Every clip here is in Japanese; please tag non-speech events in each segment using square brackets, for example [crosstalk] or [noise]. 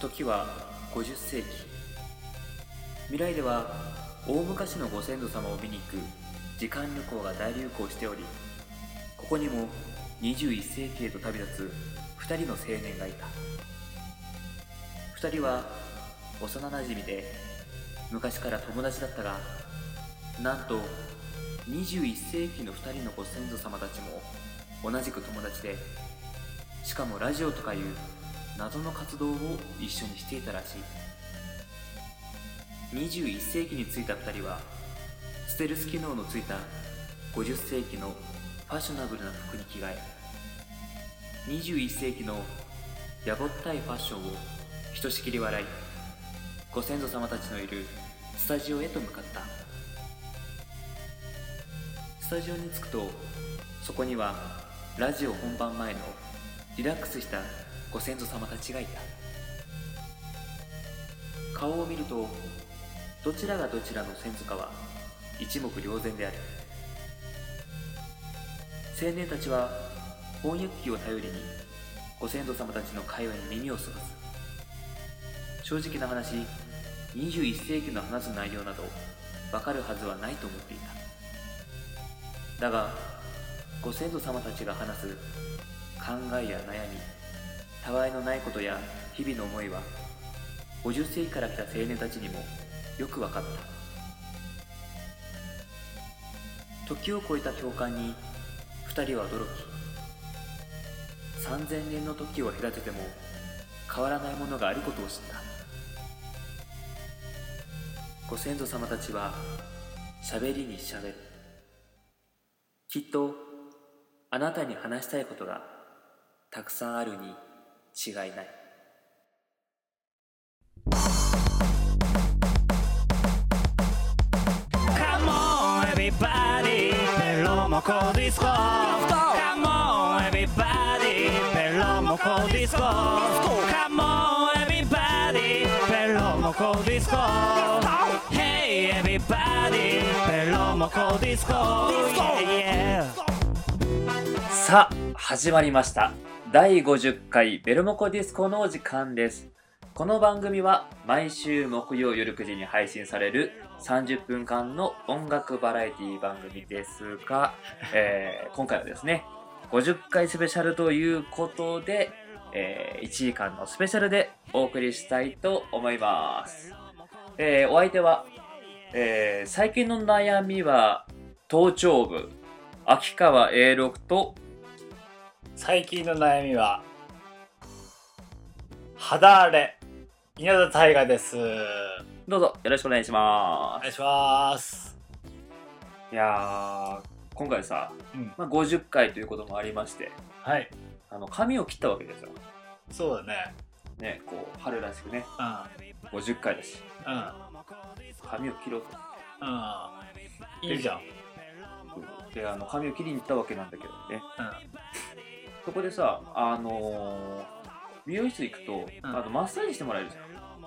時は50世紀未来では大昔のご先祖様を見に行く時間旅行が大流行しておりここにも21世紀へと旅立つ2人の青年がいた2人は幼なじみで昔から友達だったがなんと21世紀の2人のご先祖様たちも同じく友達でしかもラジオとかいう謎の活動を一緒にしていたらしい21世紀に着いた2人はステルス機能のついた50世紀のファッショナブルな服に着替え21世紀のやぼったいファッションをひとしきり笑いご先祖様たちのいるスタジオへと向かったスタジオに着くとそこにはラジオ本番前のリラックスしたご先祖様たちがいた顔を見るとどちらがどちらの先祖かは一目瞭然である青年たちは翻訳機を頼りにご先祖様たちの会話に耳を澄ます正直な話21世紀の話す内容などわかるはずはないと思っていただがご先祖様たちが話す考えや悩みたわいのないことや日々の思いは50世紀から来た青年たちにもよく分かった時を超えた共感に2人は驚き3000年の時を隔てても変わらないものがあることを知ったご先祖様たちはしゃべりにしゃべるきっとあなたに話したいことがたくさんあるに違いない「Come on everybody ベロモコディスコ」「Come on everybody ベロモコディスコ」「Come on everybody ベロモコディスコ」「Hey everybody ベロモコディスコ」Yeah, yeah. さあ始まりました第50回ベルモコディスコのお時間ですこの番組は毎週木曜夜9時に配信される30分間の音楽バラエティ番組ですが、えー今回はですね50回スペシャルということで、え1時間のスペシャルでお送りしたいと思います、えーお相手は、えー最近の悩みは頭頂部秋川栄六と最近の悩みは肌荒れ稲田大我ですおどうぞよろしくお願いしま願いしますす。いやー、今回さ、うんまあ、50回ということもありまして、はいあの髪を切ったわけですよ。そうだねね、こう春らしくね、う50回だし、ん髪を切ろうと。うんうんいいじゃんで、あの髪を切りに行ったわけなんだけどね。うそこでさ、あのー美容室行くと、あのマッサージしてもらえるじゃん。ん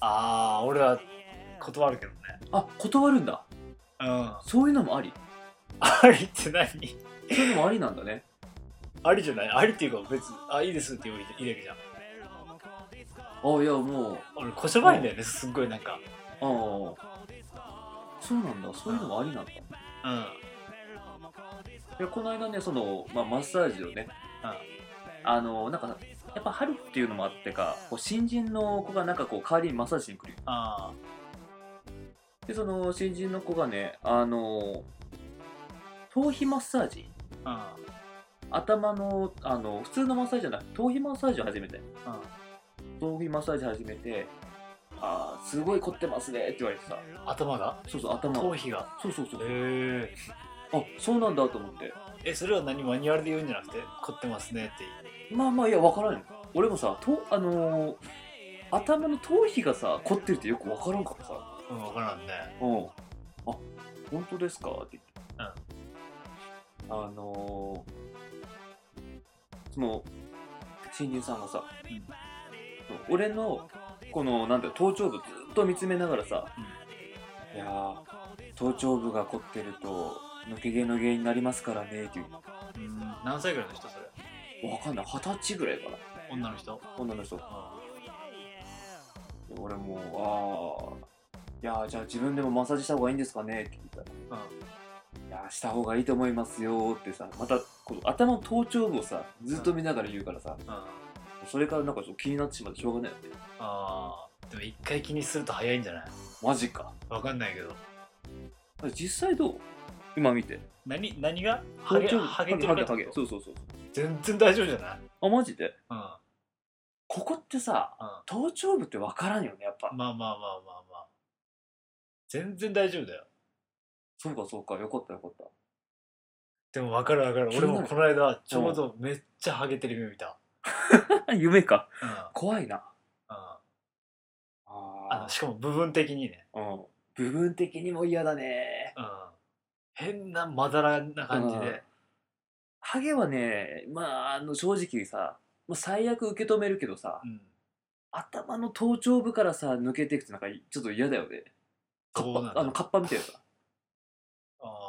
あー俺は断るけどねあ、断るんだ。うんそういうのもあり。ありって何そういうのもありなんだね。ありじゃないありっていうか別にあいいですって言ういいだけじゃんあ、いや、もう、俺こしょばいんだよねすっごいなんかあーそうなんだ。そういうのもありなんだ。うんうんでこの間ねその、まあ、マッサージをねあのなんかやっぱ春っていうのもあってかこう新人の子がなんかこう代わりにマッサージしに来るよあでその新人の子がねあの頭皮マッサージうん頭のあの普通のマッサージじゃなくて頭皮マッサージを始めてうん頭皮マッサージ始めてあーすごい凝ってますねって言われてさ頭がそうそう頭頭そう皮がそうそうへあそうなんだと思ってえそれは何マニュアルで言うんじゃなくて凝ってますねってまあまあいやわからんよ俺もさとあのー頭の頭皮がさ凝ってるってよくわからんからさうん分からんねうん。あ、本当ですかって言って。うん。あのー、その、新人さんがさ、うん俺の、この、なんだよ、頭頂部ずっと見つめながらさ、いやー、頭頂部が凝ってると、抜け毛の原因になりますからね、っていう。うん何歳ぐらいの人それわかんない、二十歳ぐらいかな、女の人女の人。俺もう、ああ、いやー、じゃあ自分でもマッサージした方がいいんですかねって聞いたら、いやー、した方がいいと思いますよーってさ、またこの頭の頭頂部をさ、ずっと見ながら言うからさ、うん。あそれからなんかちょっと気になってしまってしょうがないよね。あー。でも一回気にすると早いんじゃないマジか。わかんないけど。実際どう今見て。何、何がハゲ、ハゲてるハかゲ、ってハことゲ。そうそうそう。全然大丈夫じゃないあ、マジでうん。ここってさ、う頭頂部って分からんよね、やっぱ。ん。まあまあまあまあまあ。全然大丈夫だよ。そうかそうか、よかったよかった。 [laughs] でも分かる分かる。気にな俺るもこの間、ちょうどめっちゃハゲてる夢見た。夢か。うん。うん。怖いな。あの、しかも部分的にね。うん。部分的にも嫌だね。うん。変なまだらな感じで。ハゲはね、まあ、あの、正直さ、まあ、最悪受け止めるけどさ、うん。頭の頭頂部からさ、抜けていくってなんか、ちょっと嫌だよね。カそうなッんパ、だあの、カッパみたいなさ。あー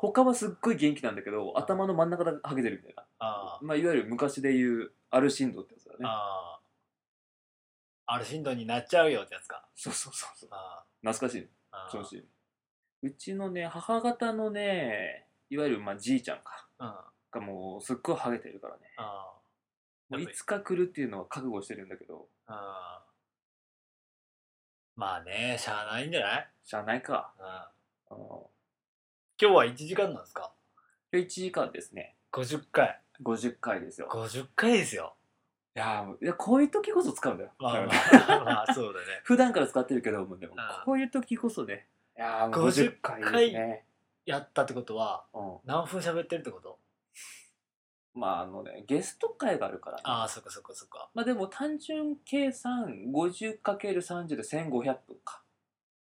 他はすっごい元気なんだけど、頭の真ん中だけハゲてるみたいな。あー。まあ、いわゆる昔で言う、アルシンドってやつだね。ああ。あれしんどになっちゃうよってやつか。そうそうそうそう。あ懐かしいね、ーあー。そのシーン。うちのね、母方のね、いわゆる、まあ、じいちゃんか。うん。あがもう、すっごいハゲてるからね。あもういつか来るっていうのは覚悟してるんだけど、ー。あーまあね、しゃあないんじゃないしゃあないか。うん。あの今日は1時間なんですか今日1時間ですね。 50回50回ですよ。 50回ですよいやーもういや、こういう時こそ使うんだよ。まあまあ [laughs] まあそうだね [laughs] 普段から使ってるけども、でもあ、あこういう時こそね。いやー50回ね。やったってことはうん。何分喋ってるってことまあ、あのね、ゲスト会があるからね。ああそっかそっかそっかまあでも、単純計算 50×30 で1500分か。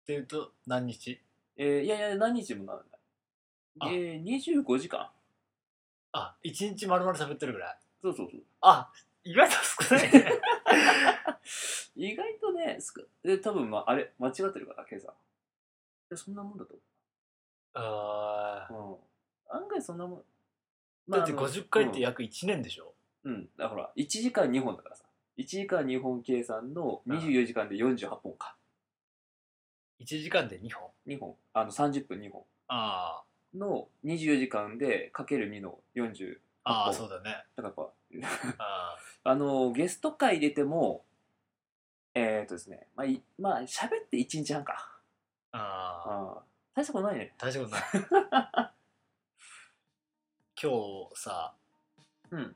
っていうと何日えーいやいや、何日もならあない。えー、25時間あ一1日丸々喋ってるぐらいそう [laughs] そうそう。あ意外と少ないね意外とね、すくで多分、まあ、あれ、間違ってるから、計算。いやそんなもんだと思う。あーうん、案外そんなもん、だって50回ってや約1年でしょ、うん、うんだから1時間2本だからさ1時間2本計算の24時間で48本か1時間で2本2本あの30分2本あの24時間でかける2の40あああ八そ本うだねだからやっあぱあのゲスト会入れてもえっ、ー、とですねまあいまあ喋って1日半かああああ大したことないね大丈 [laughs] 夫ない今日さうん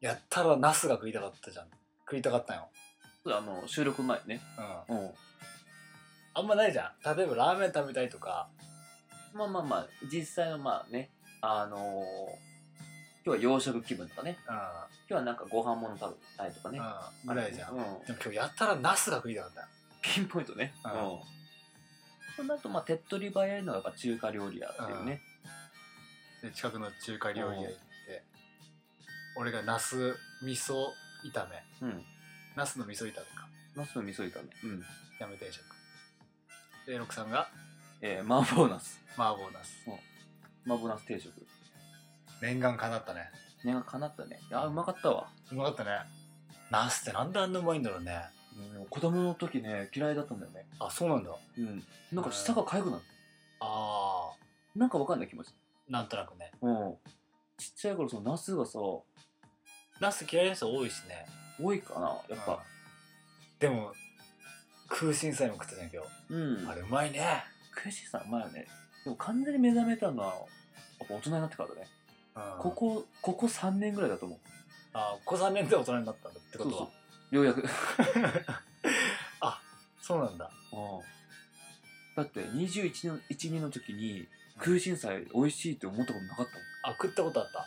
やったらナスが食いたかったじゃん食いたかったよ、そうあの収録前ねうん、うんあんまないじゃん例えばラーメン食べたいとかまあまあまあ実際のまあねあの今日は洋食気分とかねうん、今日はなんかご飯もの食べたいとかね。うん、ぐらいじゃんうでも今日やったらナスが食いたかったよピンポイントね。うんうんそうなると、まあ、手っ取り早いのはやっぱ中華料理屋っていうね。で近くの中華料理屋行って俺がナス味噌炒めうん。ナスの味噌炒めかナスの味噌炒め。うん。やめ定食で六さんがえー、麻婆ナス。麻婆ナス麻婆ナス定食。念願かなったねねが叶ったね。あ、うまかったわ。うまかったねナスってなんであんなうまいんだろうねうん、子供の時ね、嫌いだったんだよね。あそうなんだうん。なんか舌が痒くなる。あなんかわかんない気持ち。ーなんとなくねうん。ちっちゃい頃、そのナスがさ、多ナス嫌いな人多いしねいかな、やっうんぱ。でも空心菜も食ったじゃん今日、うん。あれうまいね悔しさん、前よね。でも完全に目覚めたのは、やっぱ大人になってからだね。ここここ、ここ3年ぐらいだと思う。あお子3年で大人になったんだってことはそうそうようやく。あそうなんだだって21の1人の時に空心菜美味しいって思ったことなかったもんあ食ったことあった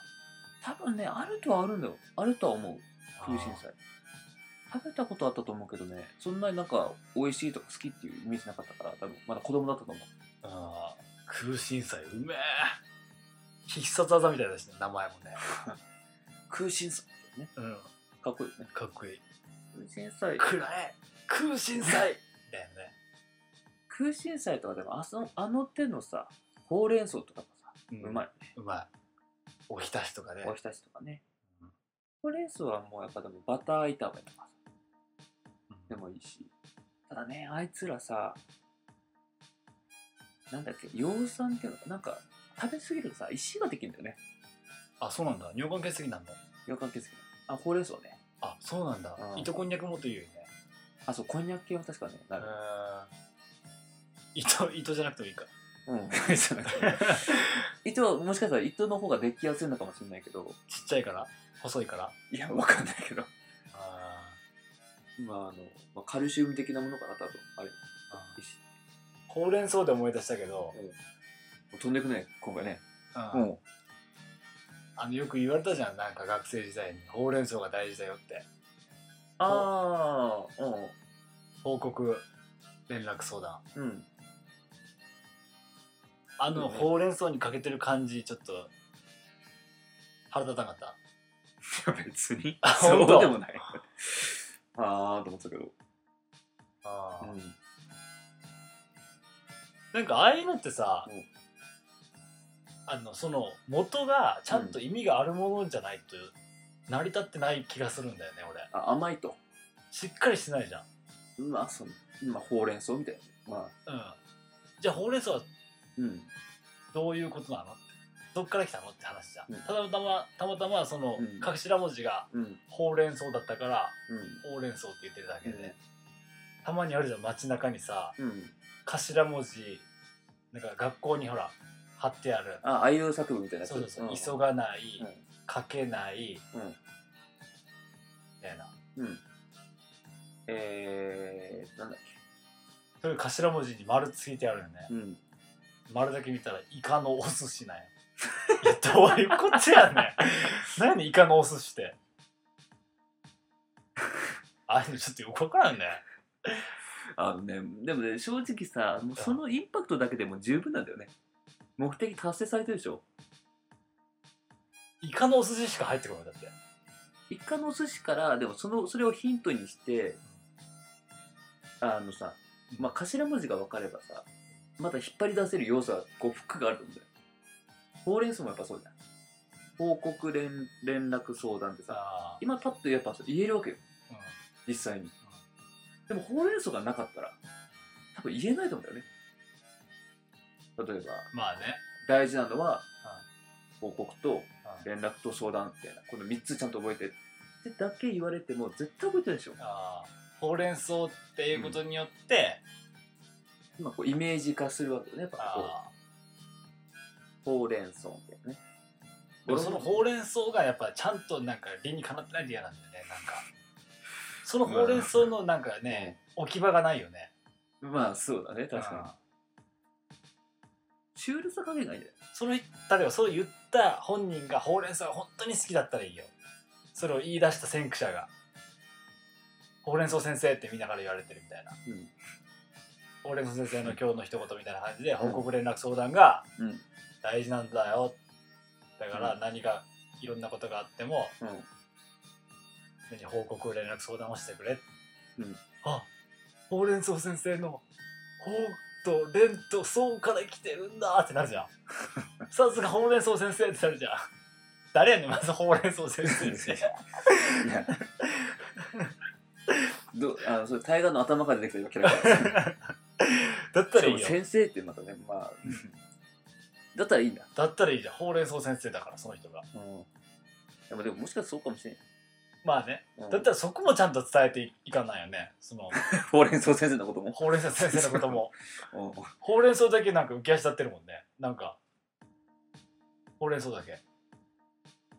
多分ねあるとはあるんだよあるとは思う空心菜食べたことあったと思うけどねそんなになんか美味しいとか好きっていうイメージなかったから多分まだ子供だったと思うあーあー空心菜うめえ必殺技みたいだしね名前もね空心菜ってねうんかっこいいよねかっこいい空心菜くらえ空心菜だよ [laughs] ね空心菜とかでもあのあの手のさほうれん草とかもさ、ううまいいよねうまいおひたしとかねおひたしとかね、うんほうれん草はもうやっぱでもバター炒めとかさうんでもいいし。ただね、あいつらさ、なんだっけ、養酸っていうのか、なんか、食べ過ぎるとさ、石ができるんだよね。あそうなんだ尿管結石なんだ洋館結石あ、ほうれん草ね。あそうなんだうん糸こんにゃくもというよねあ、そう、こんにゃく系は確かね、なる。糸糸じゃなくてもい [laughs] いかうん。糸、もしかしたら糸の方ができやすいのかもしれないけど、ちっちゃいから細いからいや、わかんないけど。あまあ、あの、まあ、カルシウム的なものかな、多分。あれ、ーあ石。ーほうれん草で思い出したけど、うん飛んでくね、今回ね。うんうん。あのよく言われたじゃんなんか学生時代にほうれん草が大事だよってああ、うん。報告連絡相談うん。あの、うんほうれん草に欠けてる感じちょっと腹立たなかったいや、別にあ。そ本う当でもない。ああ、と思ってたけど。あーうん。なんかああいうのってさ、うんあのその元がちゃんと意味があるものじゃないと成り立ってない気がするんだよね俺あ甘いと。しっかりしてないじゃん、まあ、その、まあ、ほうれん草みたいな。まあ、うん、じゃあほうれん草はうん。どういうことなのってどっから来たのって話じゃん、うんたまたまたまたまそのうん頭文字がうん。ほうれん草だったからうほうれん草って言ってるだけで、うんたまにあるじゃん街中にさ、ん。うん。頭文字なんか学校にほら貼ってあるあ、あいう作文みたいなやつ。そうそうそう、ん急がない、書けないうん。うん。みたいなうん。えー、なんだっけ。そういう頭文字に丸ついてあるよね、うん。丸だけ見たらイカのお寿司 [laughs] なんやいやどういうことやねん何やねんイカのお寿司 [laughs] ってああいうのちょっとよくわからんねあのね、でもね、正直さ、もうそのインパクトだけでも十分なんだよね。目的達成されてるでしょ。イカのお寿司しか入ってこないだってイカの寿司からでもそのそれをヒントにしてあのさ、まあ、頭文字が分かればさまた引っ張り出せる要素がこうフックがあると思うんだよほうれん草もやっぱそうじゃん報告連連絡相談ってさあ今パッとやっぱ言えるわけよー、実際にでもほうれん草がなかったら多分言えないと思うんだよね例えばうん、まあね大事なのは報告とうん連絡と相談みたいなこの3つちゃんと覚えてってだけ言われても絶対覚えてないでしょあーほうれん草っていうことによって、まあ、こうイメージ化するわけよねやっぱこああうほうれん草みたいなねでもそのほうれん草がやっぱちゃんとなんか理にかなってないと嫌なんだよねなんかそのほうれん草のなんかね、置き場がないよねまあそうだね確かにシュールさ加減がいいんだよにその人例えばそう言った本人がほうれん草が本当に好きだったらいいよそれを言い出した先駆者がほうれん草先生って見ながら言われてるみたいなほうれん草先生の今日の一言みたいな感じで報告連絡相談がうんうん大事なんだよだからうん何かいろんなことがあってもう常に報告連絡相談をしてくれ、うんあほうれん草先生の「ほう」と「れん」と「そう」から来てるんだってなるじゃん [laughs] さすがほうれん草先生ってなるじゃん誰やねんまずほうれん草先生ってんいや [laughs] どあのそれ大河の頭から出てきた今キャラクターだったらで [laughs] いもいよ先生ってまたねまあだったらいいんだ、だったらいいじゃんほうれん草先生だからその人がうん、でもでももしかしたらそうかもしれまあねない、うんだったらそこもちゃんと伝えていかないよねそのほうれん草先生のことも、ほうれん草先生のこ [laughs] ともうんほうれん草だけなんか浮き足立ってるもんねなんかほうれん草だけ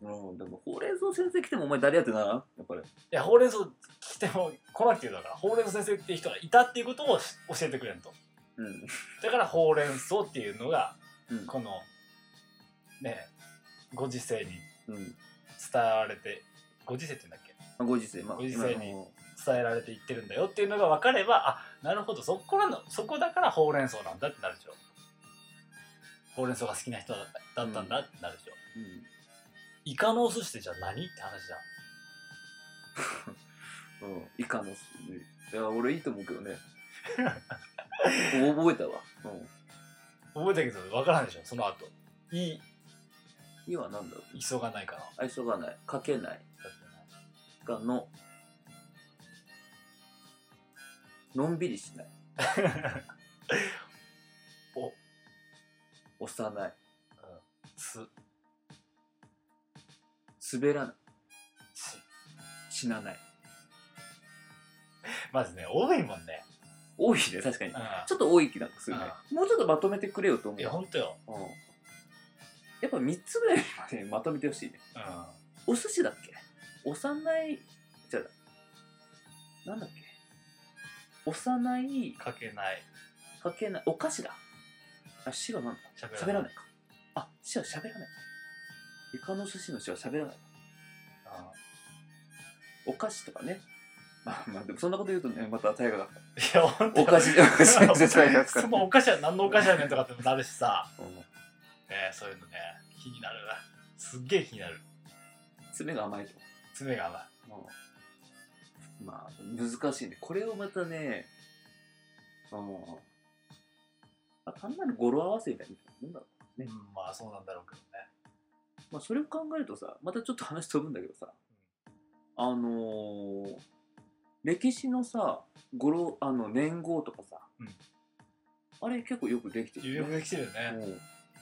うん、でもほうれん草先生来てもお前誰やってならんやっぱりいや、ほうれん草来ても来なくていいだから、ほうれん草先生っていう人がいたっていうことをし教えてくれんと。うんだから、ほうれん草っていうのが、うんこの、ね、ご時世にうん伝えられて、ご時世って言うんだっけまあご時世まあご時世に今の伝えられていってるんだよっていうのが分かれば、あ、なるほど、そこらの、そこだからほうれん草なんだってなるでしょ。ほうれん草が好きな人だだったんだってなるでしょ。うんイカのお寿司ってじゃあ何って話じゃん。うん、以下のいや俺いいと思うけどね [laughs] 覚えたわ、うん、覚えたけど分からんでしょ、その後。いい、今は何だろう急がないかな。 [laughs] 愛想がない書けないだってねがののんびりしないお幼いす滑らないし死なないまずね多いもんね、多いね確かにうん、ちょっと多い気なんかするねもうちょっとまとめてくれよと思ういやほんとよ、うんやっぱ3つぐらいまでまとめてほしいねうん、お寿司だっけ幼いじゃあなんだっけ幼いかけないかけないお菓子だあ白なんだ喋喋らないかあ死は喋らないイカの寿司の死は喋らないお菓子とかねまあまあでもそんなこと言うとねまた大河がうんいやほんとおよ菓 [laughs] 子お菓子じゃないですかそら、のお菓子は何のお菓子やねんとかってもなるしさ、うんね、そういうのね気になるなすっげえ気になる爪が甘いと爪が甘いうんまあ難しいねこれをまたねうんあ単なる語呂合わせみたいなもんだろううん、まあそうなんだろうけどねまあ、それを考えるとさまたちょっと話飛ぶんだけどさあのー歴史のさ語呂あの年号とかさ、うんあれ結構よくできて有る、力できてるよね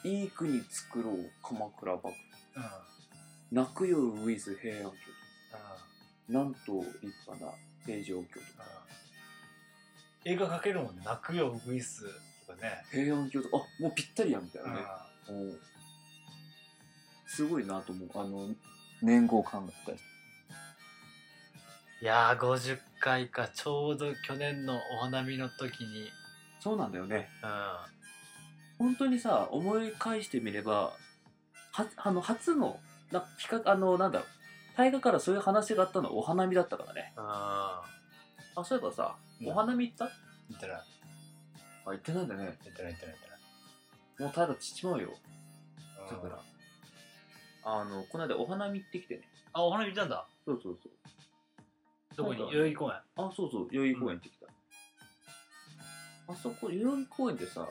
うんいい国作ろう鎌倉幕府うん、うん、泣くよウィズ平安京なんと立派な平城京とかうん映画かけるもんね泣くよウグイスとかね、平安京とかあもうぴったりやみたいなね、ううんすごいなと思うあの年号考えたりん、いやー50回かちょうど去年のお花見の時に、そうなんだよねうん、本当にさ思い返してみればはあの初のな企画あのなんだろう大河からそういう話があったのはお花見だったからねうあそういえばさうんお花見行った、ん、いたらあ行ってないんだねいたらいたらいたらもうただちっちまうようんだから、あのこの間お花見行ってきてねあお花見行ったんだそうそうそうどこになんか代々木公園あそうそう代々木公園行ってきた、あそこ代々木公園ってさ、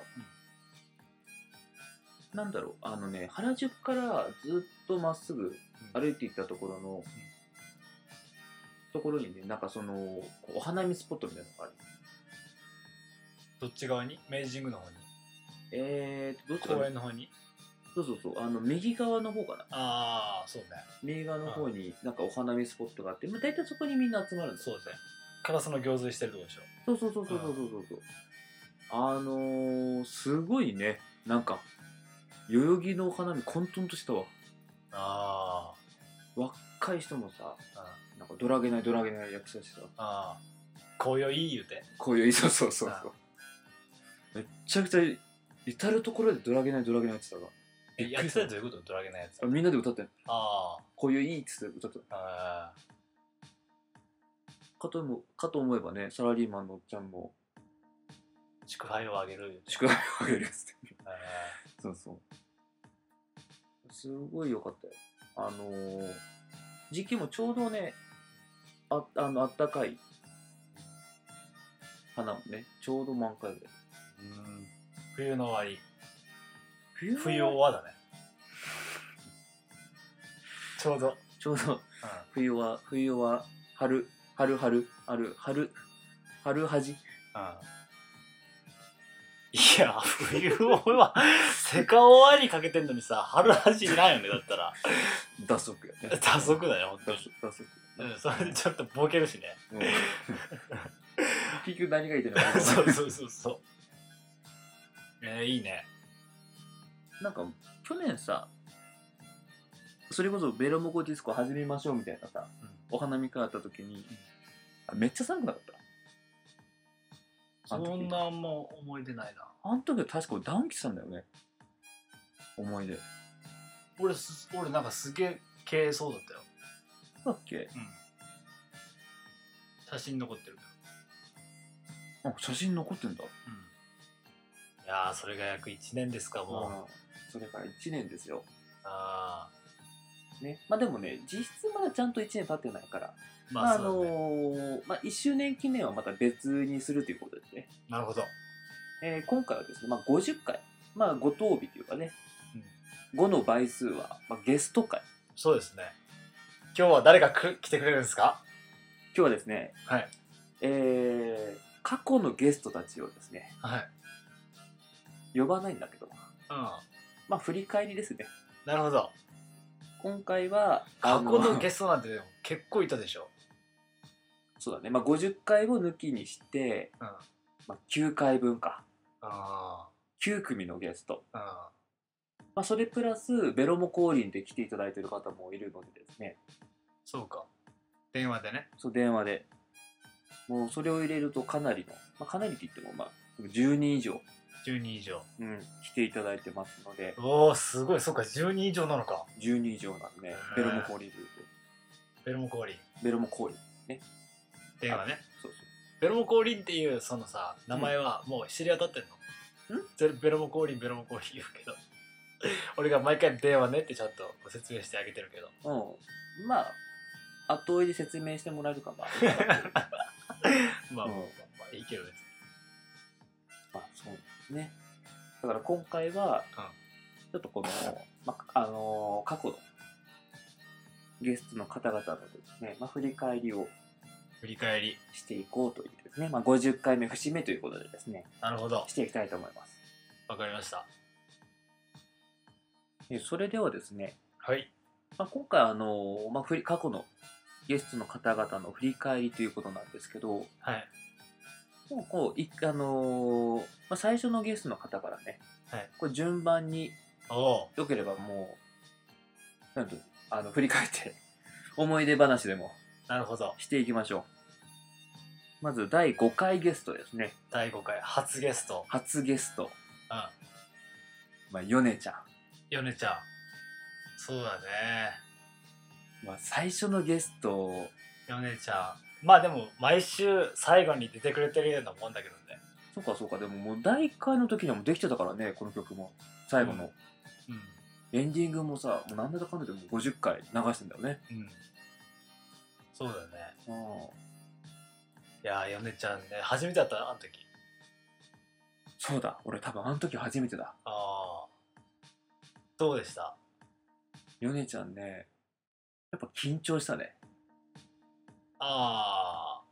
なんだろうあのね原宿からずっとまっすぐ歩いていったところの、ところにねなんかそのこうお花見スポットみたいなのがあるどっち側に明治神宮の方にえーとどっちか公な園の方にそうそうそうあの右側の方かなああそうね右側の方になんかお花見スポットがあって、まあ、大体そこにみんな集まるんですそうねカラスの行水してるとこでしょそうそうそうそうそうそうそうあのー、すごいねなんか代々木のお花見混沌としたわあ若い人もさあなんかドラゲないドラゲない役者してさああ紅葉いい言うてこういうそうそうそうそうめっちゃくちゃ至る所でドラゲないドラゲないって言ってえやってたらどういうことドラゲのやつたからみんなで歌ってんのあこういういいっつって歌ってたああかともかと思えばねサラリーマンのおっちゃんもー祝杯をあげる言うて宿題をあげるっつってあそうそう。すごい良かったよ。あのー時期もちょうどね、ああのあったかい花もね、ちょうど満開ぐらい。ーうん冬の終わ冬りの冬終わだ [laughs] ねちょうどちょうど冬は、冬は春、春春、春、春、春恥。いや、冬は、セカオワにかけてんのにさ、春味いらんよね、だったら。打足やね。打足だよ、ほんと打に足。。打足。うん、それでちょっとボケるしね。うん [laughs] 結局何が言いたいのか分かんない [laughs] そうそうそうそう。えー、いいね。なんか去年さそれこそベロモコディスコ始めましょうみたいなさ、うんお花見会あった時に、あめっちゃ寒くなかったそあの時んなあんま思い出ないな。あの時は確か俺暖気したんだよね思い出だ俺す、俺なんかすげえ経営そうだったよ。っけうん。写真残ってるけど。あ写真残ってんだうん。いやー、それが約1年ですか、もう。あそれから1年ですよあねまあでもね実質まだちゃんと1年経ってないからー、ままあああそのうだね。ーまあ1周年記念はまた別にするということですねなるほど。えー今回はですね、まあ、50回、まあ、ご当日というかね、5の倍数は、まあ、ゲスト回。そうですね。今日は誰がく来てくれるんですか今日はですね、はい。えー過去のゲストたちをですね、はい。呼ばないんだけど、うん。まあ振り返りですね。なるほど。今回は、過去あのゲストなんてでも結構いたでしょ。そうだね、まあ50回を抜きにして、うん。まあ、9回分か。あ9組のゲスト。あ。まあそれプラス、ベロモ降臨で来ていただいている方もいるのでですね、うん。そうか。電話でね。そう電話で。もうそれを入れるとかなりの、まあ、かなりって言っても、まあ、10人以上、 10人以上。うん、来ていただいてますので、おお、すごい。そうか、10人以上なのか。 10人以上なんで、ベロモ降臨というと、ベルモ降臨。ベロモ降臨。電話ね。そうそう。ベロモ降臨っていうそのさ名前はもう知り当たってんの、んゼロベロモ降臨ベロモ降臨言うけど [laughs] 俺が毎回「電話ね」ってちゃんとご説明してあげてるけどうん。まあ、後追いで説明してもらえるかな。ままあ、うんまあまあいいけど別にあ、そうですね。だから今回は、ちょっとこの、まあ、あのー過去のゲストの方々のですね、まあ、振り返りを振り返りしていこうというですね、まあ、50回目節目ということでですね、なるほどしていきたいと思います。わかりましたえそれではですね、はいまあ、今回あのーまあ、振り過去のゲストの方々の振り返りということなんですけど、はいもうこう、いあのーまあ、最初のゲストの方からね、はいこれ順番におお良ければもう、なんと、あの、振り返って、 [laughs] 思い出話でもなるほどしていきましょう。まず、第5回ゲストですね。第5回初ゲスト初ゲスト、うんまあ、ヨネちゃヨネちゃんそうだねん。まあ、最初のゲストを、ヨネちゃんまあでも毎週最後に出てくれてるようなもんだけどねそうかそうか、でももう第1回の時にはもうできてたからね、この曲も。最後の。エンディングもさ、もうなんだかんだでもう50回流してんだよね。うんうんそうだねうんいやー、ヨネちゃんね、初めてだったな、あの時。そうだ、俺多分あの時初めてだ。ああ。どうでしたヨネちゃんね、やっぱ緊張したね。ああ。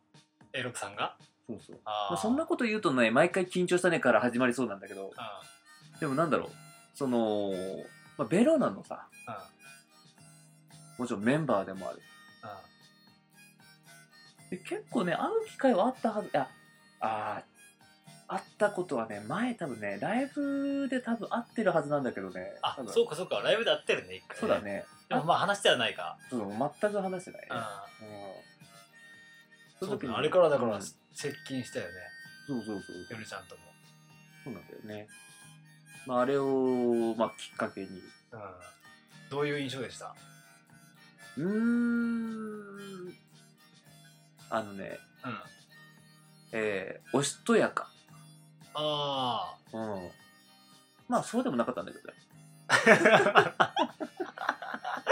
エロクさんがそうそう。あーまあ、そんなこと言うとね、毎回緊張したねから始まりそうなんだけど、うでもなんだろう、その、まあ、ベロナのさ、ん。うん。もちろんメンバーでもある。で結構ね、会う機会はあったはず、いや、ああ、会ったことはね、前多分ね、ライブで多分会ってるはずなんだけどね。あ多、分そうかそうか、ライブで会ってるね、一回。そうだ。ね。でもまあ話してはないか。そう全く話してないねうん。。うん。そう時にかあれからだから、うんそう接近したよね、そうそうそう。ヨネちゃんとも。そうなんだよね。まあ、あれを、まあ、きっかけに。うん。どういう印象でしたうーん。あのね、うん。あえー、おしとやか。あ。うん。まあ、そうでもなかったんだけどね。 [laughs]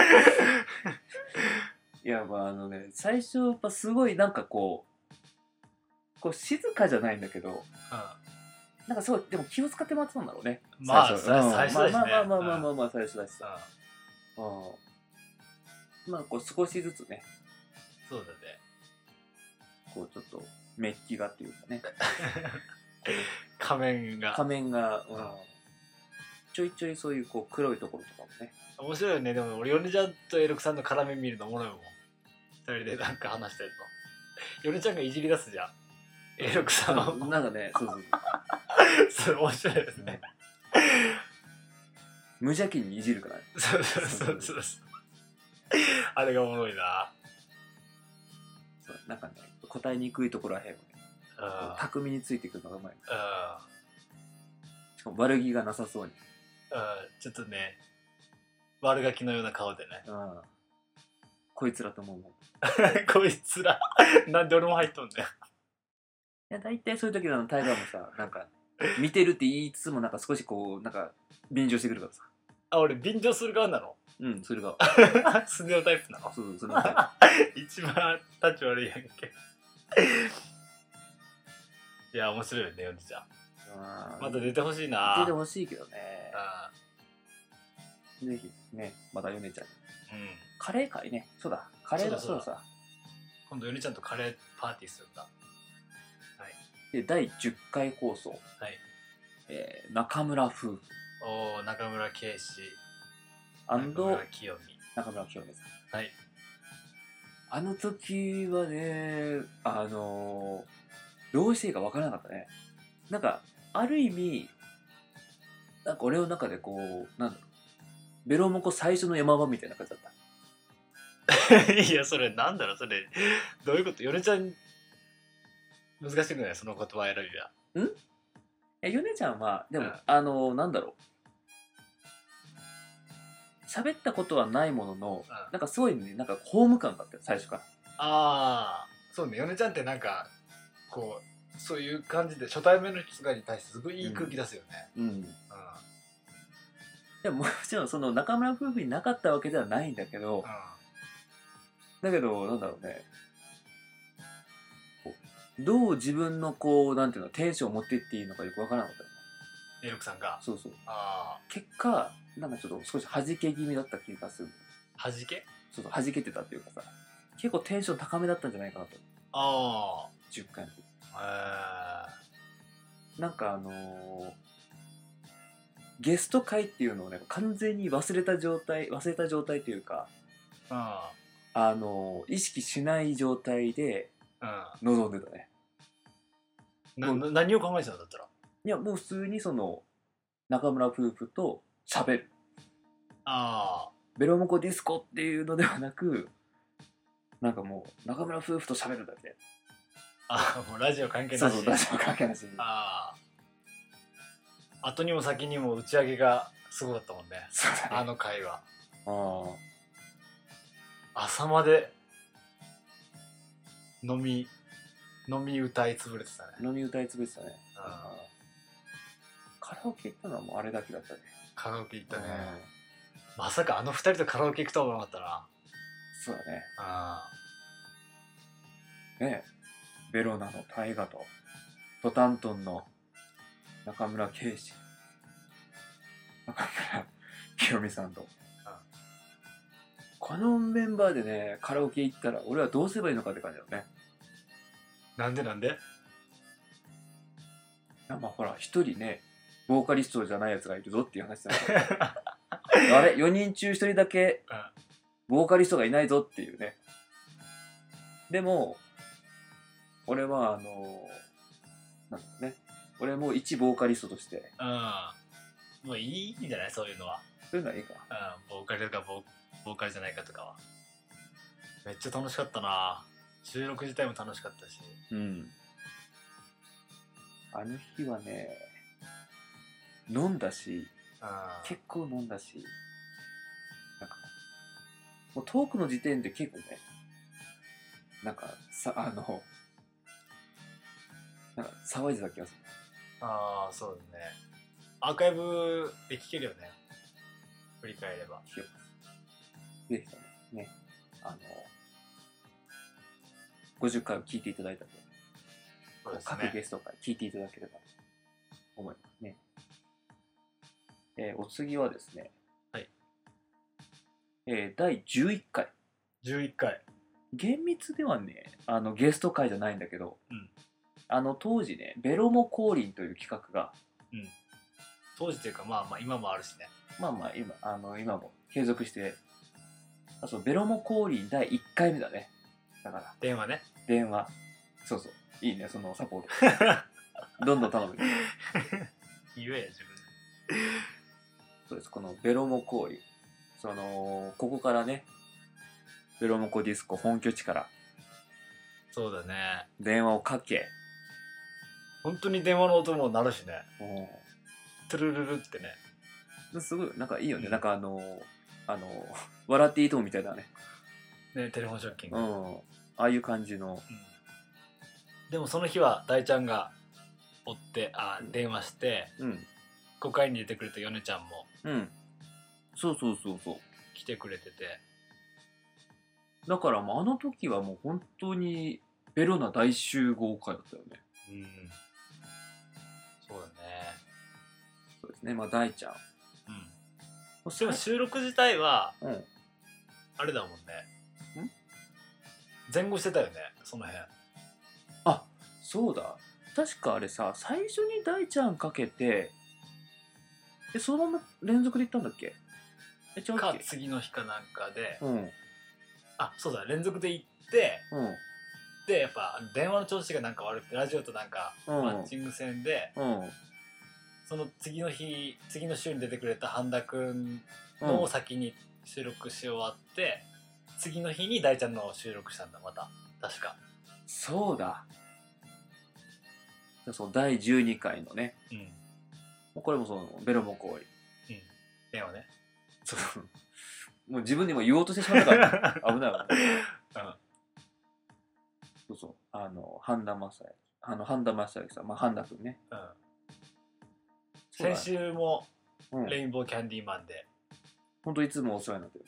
いや、まあ、あのね、最初、やっぱすごいなんかこう、こう静かじゃないんだけど、うなんかすごい、でも気を使ってもらってたんだろうね。ん。まあ、最初うん最初ですね。まあまあまあまあまあまああまあ、最初だしさ。。うんうん。まあ、こう少しずつね、そうだね。こうちょっとメッキがっていうか [laughs] ね、仮面が。仮面が、うんうんちょいちょいそういうこう黒いところとかもね、面白いよねでも俺ヨネちゃんとエロクさんの絡み見るのおもろいもん二人でなんか話してる [laughs] のヨネちゃんがいじり出すじゃんエロクさんをなんかね、そうそうそうそれ面白いですね、無邪気にいじるからね。そうそうそうそうあれがおもろいなそうなんかね、答えにくいところらへんをね、うんうんこう巧みについていくのがうまい。しかも悪気がなさそうに。うんちょっとね悪ガキのような顔でね [laughs] うんこいつらと思うもん。いこいつらなんで俺も入っとんだよや、大体そういう時のあのタイガーもさ、なんか、見てるって言いつつも、なんか少しこう、なんか、便乗してくるからさ。あ俺便乗する側なのうん、それが、 [laughs] スネ夫タイプなのそうそう、それが。一番タッチ悪いやんけいや面白いよねヨネちゃんう [laughs] んまた出てほしいな出てほしいけどね。あぜひね、またヨネちゃんに。ーうんカレー会ね。そうだ、カレーだ、そそううだだ今度ヨネちゃんとカレーパーティーするんだで第10回放送、えー中村風おー中村圭司アン中ド村清美中村清美さん [laughs] はいあの時はねあのーどうしていいかわからなかったねなんかある意味なんか俺の中でこうなんだろうベロモコ最初の山場みたいな感じだったいやそれなんだろうそれどういうこと米ちゃん難しくないその言葉選びはえヨネちゃんはでも、うんあのなんだろう喋ったことはないものの、うんなんかすごいねなんかホーム感があったよ最初からああそうね米ちゃんってなんかこうそういう感じで初対面の人とかに対してすごいいい空気出すよね、うんうんうんでももちろんその中村夫婦になかったわけではないんだけど、だけどなんだろうねこうどう自分のこうなんていうのテンションを持っていっていいのかよくわからなかったよねエルクさんがそうそうあ結果なんかちょっと少し弾け気味だった気がするあ弾けそうそう弾けてたっていうかさ結構テンション高めだったんじゃないかなとあ10回の時あなんかあのーゲスト会っていうのをね完全に忘れた状態忘れた状態というか、へえうんあのー意識しない状態でう臨んでたねん、なな何を考えてたんだったらいやもう普通にその中村夫婦と喋るあベロモコディスコっていうのではなくなんかもう中村夫婦と喋るだけあああもうラジオ関係そなうしそう大丈夫関係なしにああ後にも先にも打ち上げがすごかったもんねそうだあねの会はあー朝まで飲み飲み歌い潰れてたね、飲み歌い潰れてたねうん、あーカラオケ行ったのはもうあれだけだったねカラオケ行ったねうんまさかあの二人とカラオケ行くとは思わなかったなそうだねあねベロナの大河とトタントンの中村圭司中村清美さんとこのメンバーでねカラオケ行ったら俺はどうすればいいのかって感じだよねーなんでなんで [laughs] なんかほら一人ねボーカリストじゃないやつがいるぞっていう話だからあれ4人中1人だけうんボーカリストがいないぞっていうねでも俺はあのなんだろうね俺も一ボーカリストとしてうんもういいんじゃないそういうのはそういうのはいいかうんボーカルとかボーボーカルじゃないかとかはめっちゃ楽しかったな収録自体も楽しかったしうんあの日はね飲んだしあ結構飲んだしなんかもうトークの時点で結構ねなんかさあのなんか騒いでた気がするあーそうだねアーカイブで聞けるよね振り返れば気がぜひともねあの50回を聞いていただいたのでそうです各ねゲストから聞いていただければと思いますね。えーお次はですね、はいえー第11回。 11回厳密ではねあのゲスト会じゃないんだけど、うんあの当時ね「ベロモ降臨」という企画が当時というかまあまあ今もあるしねまあまあ今あの今も継続してあそうベロモ降臨第1回目だねだから電話ね電話そうそういいねそのサポートどんどん頼む言えや自分でそうですこのベロモ降臨そのここからねベロモコディスコ本拠地からそうだね電話をかけ本当に電話の音も鳴るしねもうトゥルルルってねすごいなんかいいよね、うんなんかあのあの「笑っていいとも」みたいなね、ねテレフォンショッキング、ううんん、ああいう感じのでもその日は大ちゃんが追ってあ電話してうん5回に出てくれた米ちゃんもうんそうそうそうそう来てくれててだからもうあの時はもう本当にベロナ大集合会だったよねうんそうだねそうですねまあ大ちゃんうんでも収録自体はうんあれだもんね前後してたよねその辺あそうだ確かあれさ最初に大ちゃんかけてえそのまま連続でいったんだっけえ違うっかけ次の日かなんかで、うんうんあそうだ連続で行ってでやっぱ電話の調子がなんか悪くてラジオとなんかうんマッチング戦で、うんその次の日次の週に出てくれた半田くんうんのを先に収録し終わって、次の日に大ちゃんのを収録したんだまた確か、そうだでそう第12回のねうん、これもそのベロモコーリ [laughs] 電話ねそう [laughs] もう自分でも言おうとしてしまったか [laughs] ら、危ない危ない、そうそうあの半田正也あの半田正也さんまあ半田君ねうんそうだ先ね週もうんレインボーキャンディーマンで、本当いつもお世話になってる。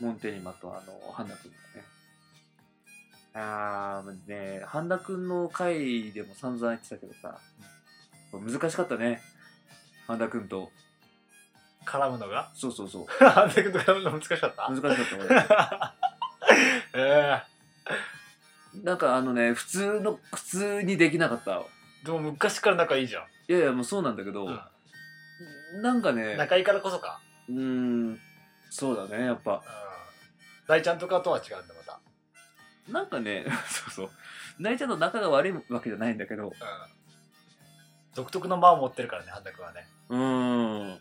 モンテリマとあの、ハンダ君がね。あー、ねハンダ君の回でも散々言ってたけどさ、難しかったね。ハンダ君と。絡むのが [laughs] そうそうそう。半田くんと絡むの難しかった難しかった [laughs] 俺。 [laughs] えなんかあのね、普通の、普通にできなかった。ー、でも昔から仲いいじゃん、いやいや、もうそうなんだけど、うなんかねん、仲いいからこそか、うーん、そうだね、やっぱうん。、大ちゃんとかとは違うんだまた、なんかね、 [laughs] そうそう。大ちゃんと仲が悪いわけじゃないんだけど、うん、独特の間を持ってるからね半田くんはねうーん。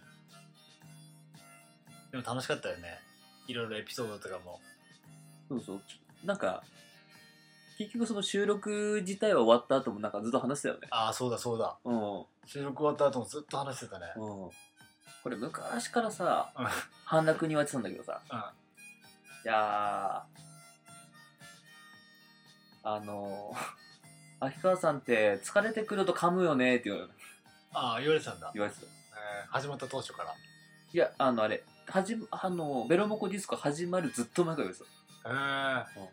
でも楽しかったよねいろいろエピソードとかもそうそう。なんか、結局その収録自体は終わった後もなんかずっと話してたよね。ああそうだそうだうん。うん。収録終わった後もずっと話してたねこれ昔からさうん、半田君に言われてたんだけどさ、うんいやー、あのー、 [laughs] 秋川さんって疲れてくると噛むよねって言われたああ言われてたんだ、言われてた。いえー始まった当初からや、あのあれ、はじあのベロモコディスコ始まるずっと前から言われてた。へえうん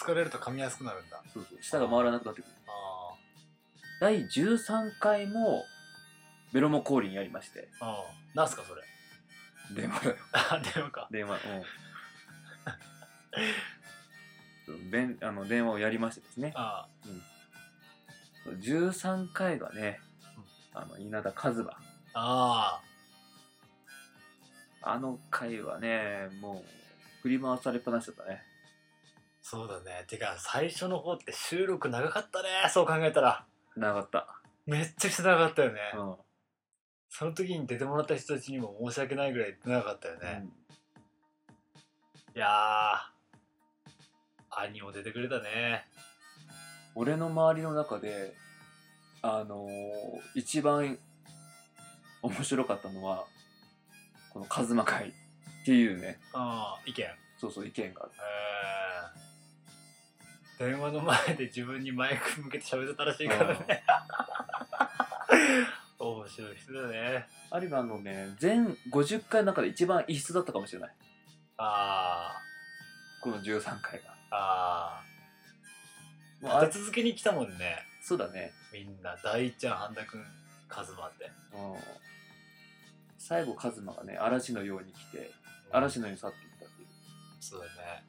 疲れると噛みやすくなるんだそうそう。舌が回らなくなってくる。あ第13回も、ベロモ降臨やりまして。あああなんすかそれ電話だよ。電話か [laughs] 電話うん [laughs] べんあの電話をやりましてですねあ13回がねあの稲田和馬あああの回はねもう振り回されっぱなしだったねそうだねてか最初の方って収録長かったねそう考えたら長かっめっちゃくちゃ長かったよね、た、うんその時に出てもらった人たちにも申し訳ないぐらい長かったよね、いやー兄も出てくれたね俺の周りの中であのー一番面白かったのはこの和馬会っていうねああ意見そうそう意見があるえー電話の前で自分にマイク向けて喋ってたらしいからね。 [laughs] 面白い人だね。あるいはあのね全50回の中で一番異質だったかもしれないあこの13回が。あ、ああ。まあ、あれ立て続けに来たもんね。そうだね。みんな、大ちゃん、半田くん、カズマって。うん。最後、カズマがね、嵐のように来て、嵐のように去っていったっていそうだね。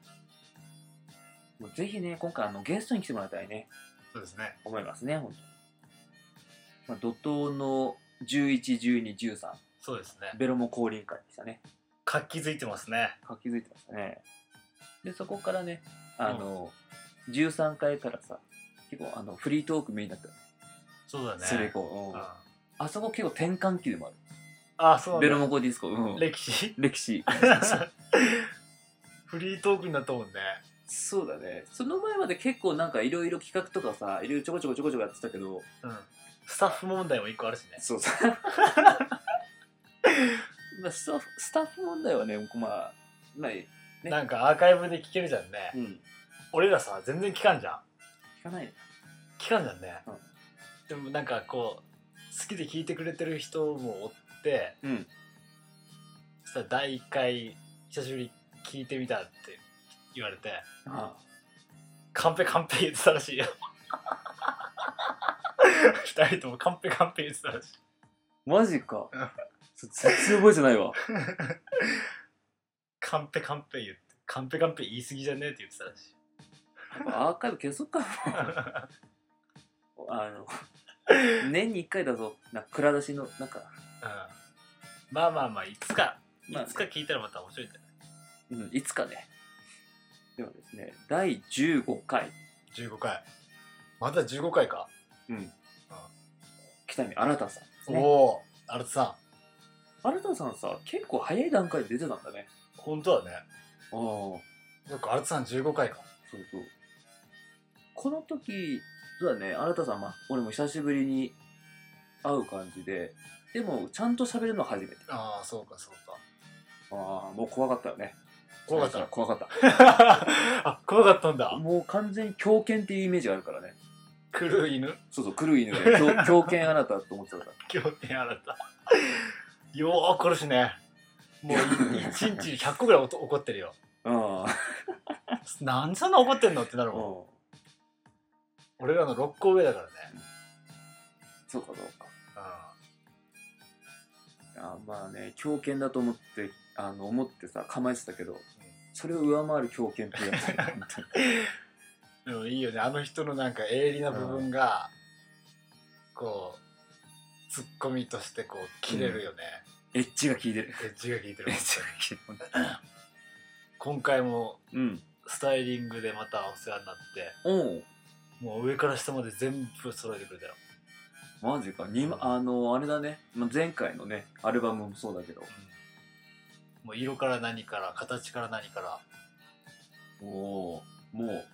う。もうぜひね、今回あのゲストに来てもらいたいね、そうですね。思いますね、本当に。まあ、怒涛の11、12、13、そうですね。ベロも降臨会でしたね。活気づいてますね。活気づいてましたね。で、そこからね、あの、13回からさ、結構あのフリートークメインだったよね。そうだね。それ以こ降、うんあそこ結構転換期でもああ、あそる。うベだロね。モコディスコ、うん、歴史歴史。フリートークになったもんね。そうだねその前まで結構なんかいろいろ企画とかさいろいろちょこちょこちょこちょこやってたけどうん。スタッフ問題も一個あるしね。そうそう [laughs] まあスタッフスタッフ問題はねまあまあねなんかアーカイブで聞けるじゃんね、うん俺らさ全然聞かんじゃん聞かないね聞かんじゃんね、うんでもなんかこう好きで聞いてくれてる人もおってうんそしたら第1回久しぶりに聞いてみたって言われてあカンペカンペ言ってたらしいよ二人ともカンペカンペ言ってたらしいマジ [laughs] かうんそ全然覚えてないわカンペカンペ言ってカンペカンペ言い過ぎじゃねえって言ってたらしいアーカイブ消そっかあ [laughs] あの年に1回だぞなんか蔵出しのなんか、まあまあまあいつかいまあつか聞いたらまた面白いんだよねうん、いつかねではですね第15回、 15回まだ15回か、うん、北見新さんですおねおおアルトさん新さんさ結構早い段階で出てたんだね本当だねああそよくアルトさん15回かうそうこの時そうだね新さん、まあ、俺も久しぶりに会う感じででもちゃんと喋るの初めてああそうかそうかああもう怖かったよね怖かっ怖かった [laughs] あ怖かったんただもう完全に狂犬っていうイメージがあるからね狂う犬そうそう狂い犬で [laughs] 狂狂犬あなたと思ってたから狂犬アルトよう殺しねもう1日100個ぐらいおと怒ってるようんなんでそんな怒ってんのってなるもんうん俺らの6個上だからねそうかそうかああまあね狂犬だと思ってあの思ってさ構えてたけどそれを上回る狂犬ってやつ [laughs] 本当にあでもいいよねあの人のなんか鋭利な部分が、こうツッコミとしてこう切れるよね、エッジが効いてるエッジが効いてるエッジが効いてる本当に今回もうんスタイリングでまたお世話になっておうもう上から下まで全部揃えてくれたよ、マジかにまあのあれだねまあ前回のねアルバムもそうだけどうんもう色から何から形から何からおおもう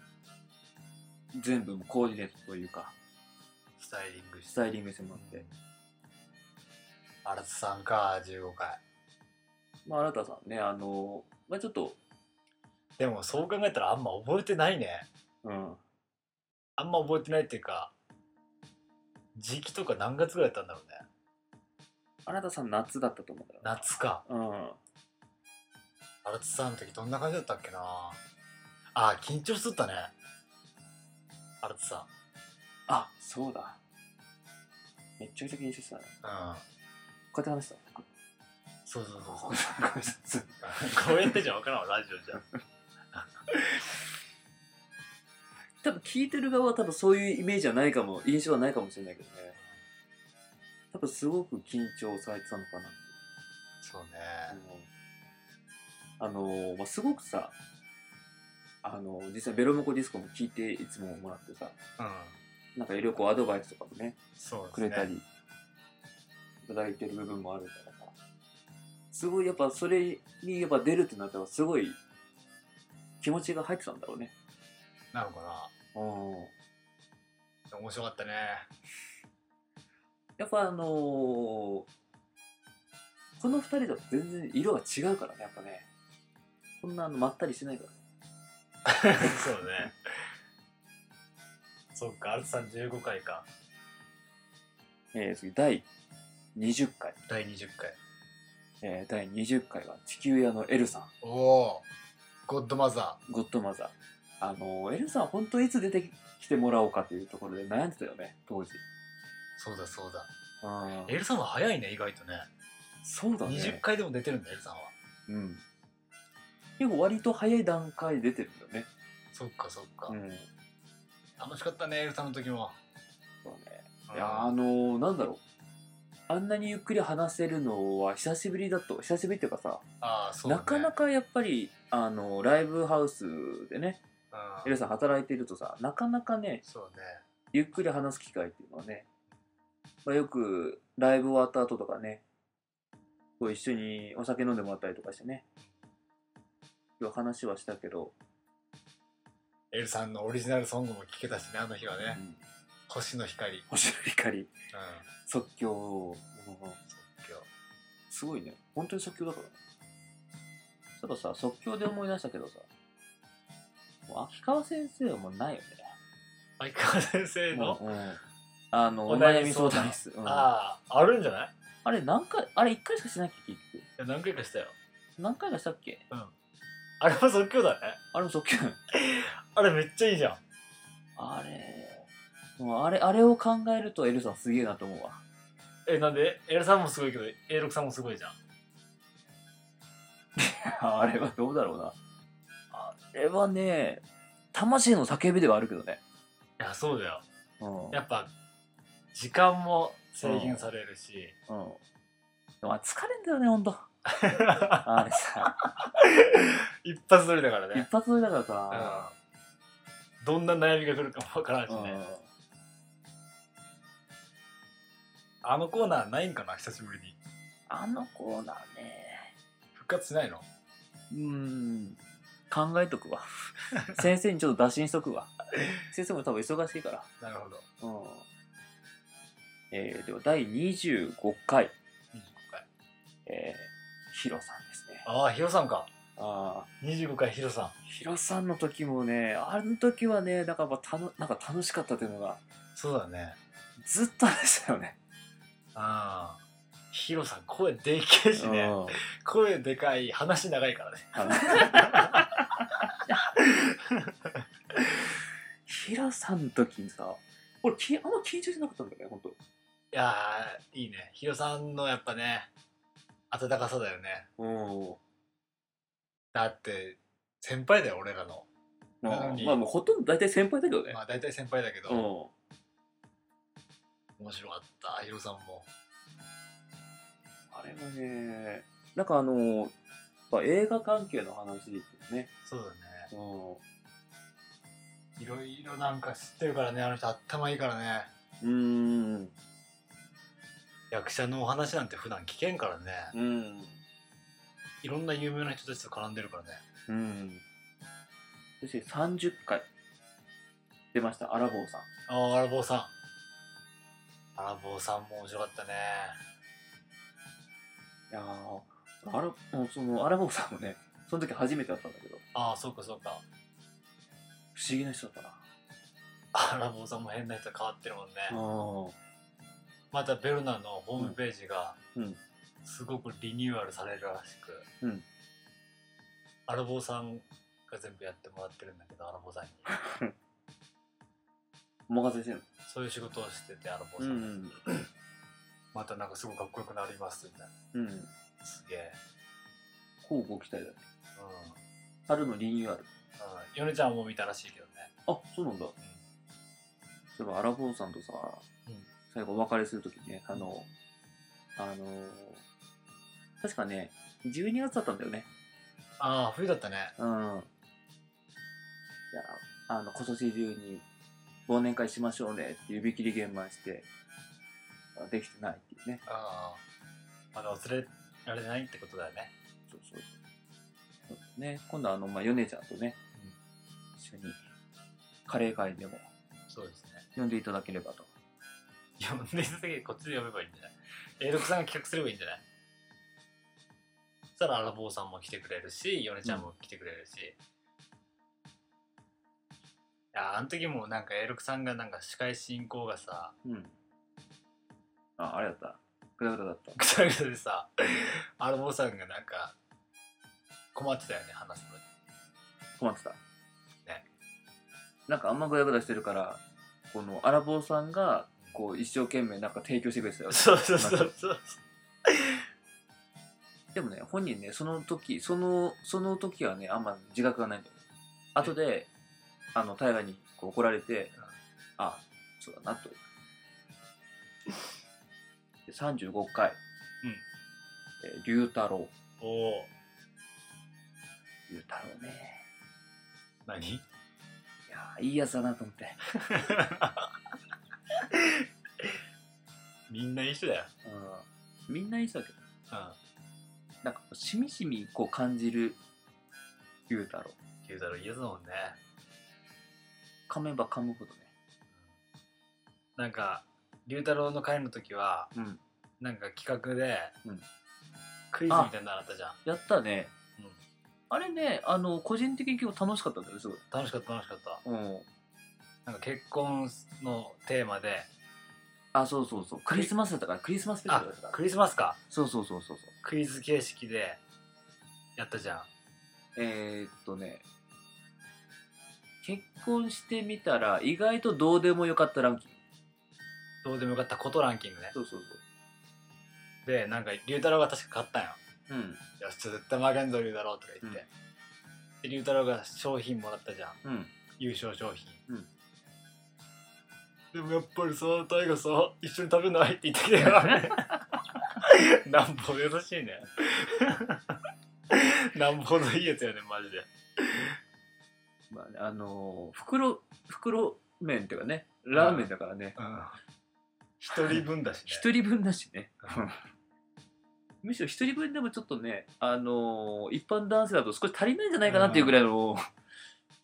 全部もコーディネートというかスタイリングしスてタイリングしてもらって、あらつさんか15回まあ、あなたさんねあの、まあ、ちょっと、でもそう考えたらあんま覚えてないねうん、あんま覚えてないっていうか時期とか何月ぐらいだったんだろうねあなたさん夏だったと思うんだよな夏かうんアルツさんの時どんな感じだったっけなあー緊張しとったねアルツさあそうだめっちゃくちゃ緊張してたねんうんこうやって話したそうそうそ [laughs] うごめんなさいそうこうやってじゃ分からんわラジオじゃ多分聞いてる側は多分そういうイメージはないかも印象はないかもしれないけどね多分すごく緊張されてたのかなそうねあのまあ、すごくさあの実際ベロモコディスコも聞いていつももらってさうんなんかいろいろこうアドバイスとかもねそうですくねれたり、いただいてる部分もあるからさすごいやっぱそれにやっぱ出るってなったらすごい気持ちが入ってたんだろうねなのかうんな面白かったねやっぱあのーこの2人だと全然色が違うからねやっぱねこんなあのまったりしてないからね [laughs] そうね。そっか、アルツさん15回か。えー次第20回、第20回。えー第20回は地球屋のエルさおおゴッドマザんゴッドマザーあのーエルさん本当いつ出てきてもらおうかというところで悩んでたよね当時ー。そうだそうだ。あエルさんは早いね、意外とね。そうだ20ね回でも出てるんだ、エルさんは。うん結構割と早い段階で出てるんだよねそっかそっか。ん楽しかったね、エルさんの時も。そうねいやーあうんのーなんだろうあんなにゆっくり話せるのは久しぶりだと久しぶりっていうかさあーそうだなね。かなかやっぱりあのライブハウスでねかエルさん働いてるとさなかなかねそうね。ゆっくり話す機会っていうのはね、まあ、よくライブ終わった後とかねこう一緒にお酒飲んでもらったりとかしてね今日話はしたけど、エルさんのオリジナルソングも聴けたしね、あの日はうね。ん、星の光。うん。星の光即興、うん即興。すごいね本当に即興だからねそういえばさ即興で思い出したけどさもう秋川先生はもうないよね相川先生の、うんうんあのおお悩悩みみ相相談談室、うんあああ、あるんじゃないいれ何回あれ1回しかしなきゃ結局や何回かしたよ。何回かしたっけあれも即興だね。あれも即興あれめっちゃいいじゃん。あれもうあれあれを考えるとエルさんすげえなと思うわ [laughs] え、なんでエルさんもすごいけど、エロクさんもすごいじゃん。あれはどうだろうなあれはね魂の叫びではあるけどねいや、そうだよ。うんやっぱ、時間も制限されるし、うん。でも疲れんだよね、ほんと。あれ [laughs] さ、 [laughs] 一発撮りだからね一、発撮りだからうさ、ん、どんな悩みが来るかもわからんしうね、んあのコーナーないんかな久しぶりにあのコーナーね、復活しないのうーん、考えと [laughs] くわ。先生にちょっと打診しとくわ。先生も多分忙しいから。なるほどうん。えー、では、第25回、 25回えー、ヒロさんですね。ああヒロさんかああ。 25回ヒロさんヒロさんの時もね、あの時はね、なんかやっぱたのなんか楽しかったというのが、そうだねずっとあれでしたよね。ああヒロさん声でけえしね、うん声でかい話長いからねあのヒロさんの時にさ、俺きあんま緊張しなかったんだよね、本当。いやーいいねヒロさんのやっぱね温かさだよねうん。だって先輩だよ俺らのなのにまあ、もうほとんど大体先輩だけどねま。あ大体先輩だけど、うん。面白かったヒロさんもあれはね、なんかあの、やっぱ映画関係の話で言ってもね。そうだねういろいろなんか知ってるからねあの人頭いいからねん。うん。役者のお話なんて普段聞けんからねうん。いろんな有名な人たちと絡んでるからねうん。そして30回。出ました、アラボーさん。ああアラボーさんアラボーさんも面白かったねいやーアラもうそのアラボーさんもね、その時初めて会ったんだけど、ああそうかそうか不思議な人だったな。アラボーさんも変な人変わってるもんね、あまたベルナのホームページがうんうんすごくリニューアルされるらしく、うんアラボーさんが全部やってもらってるんだけどアラボーさんにお任せしてるそういう仕事をしててアラボうーさん、ん。またなんかすごいかっこよくなりますみたいうん。なすげえこうご期待だね。うん春のリニューアル。ヨネちゃんも見たらしいけどね。あ、そうなんだ。そういえばアラボーさんとさ、うん最後お別れするときね、あの、あのー、確かね、12月だったんだよね。ああ、冬だったね。うん。いや、あの、今年中に忘年会しましょうねって指切り言満して、あできてないっていうね。ああ。まだ忘れられないってことだよね。そうそう。そうですね、今度はあの、まあ、ヨネちゃんとね、うん一緒にカレー会でもそうですね。呼んでいただければと。読んでいただけでこっちで読めばいいんじゃない ?A6 さんが企画すればいいんじゃないそしたらアラボーさんも来てくれるし、ヨネちゃんも来てくれるし。いやあの時もなんか A6 さんがなんか司会進行がさ、うん。あ、あれだった。グダグダだった。ぐちゃぐちゃでさ、アラボーさんがなんか困ってたよね、話すのに。困ってた。ね。なんかあんまグダグダしてるから、このアラボーさんが、こう、一生懸命なんか提供してくれ [laughs] てたよ。そうそうそうそう。でもね、本人ね、その時、その、その時はね、あんま自覚がないんだよ。後で、あの、平にこう怒られてうん、あ、そうだなと。で35回、うんえー龍太郎。おお。龍太郎ね。何いやーいいやつだなと思って。みんな一緒だよ。うん。みんないい人だけどうなんかこうしみしみこう感じる龍太郎ん。九太郎いいやつだもんね。噛めば噛むほどねなんか、龍太郎の会の時は、うんなんか企画で、うんクイズみたいなのあったじゃん。やったねうんあれねあの個人的に今日楽しかったんだよねすごい楽しかった楽しかった。うんなんか結婚のテーマで、あそうそうそうクリスマスだったからクリスマススペシャあルだったからクリスマスか。そうそうそうそうそうクイズ形式でやったじゃん。えー、っとね結婚してみたら意外とどうでもよかったランキングどうでもよかったことランキングね。そうそうで、なんか龍太郎が確か勝ったんよ。そううんよし、絶対負けんぞ龍太郎とか言って。で、龍太郎が商品もらったじゃん。うん優勝商品、うんでもやっぱりさ大我さ一緒に食べないって言ってきた [laughs] からねなんぼ優しいねなんぼのいいやつやねマジでまあね、あのー袋袋麺っていうかねラーメンだからね一人分だしね一、人分だしね [laughs] むしろ一人分でもちょっとね、あのー一般男性だと少し足りないんじゃないかなっていうぐらいの、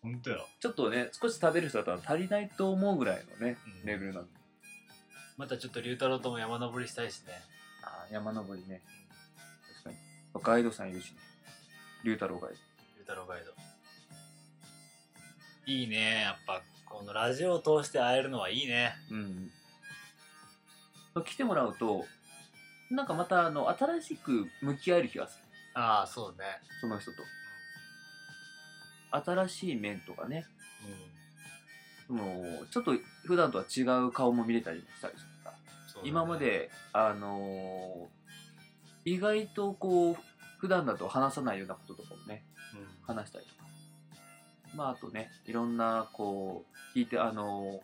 本当よ、ちょっとね少し食べる人だったら足りないと思うぐらいのねうんレベルなんで、またちょっと龍太郎とも山登りしたいしねあー山登りね確かにガイドさんいるしね龍太郎がいる龍太郎ガイドいいねやっぱこのラジオを通して会えるのはいいねうん来てもらうとなんかまたあの新しく向き合える気がするああそうねその人と新しい面とかねうんそのちょっと普段とは違う顔も見れたりしたりするからそうだね今まであのー意外とこう普段だと話さないようなこととかもねうん話したりとかまああとねいろんなこう聞いてあのー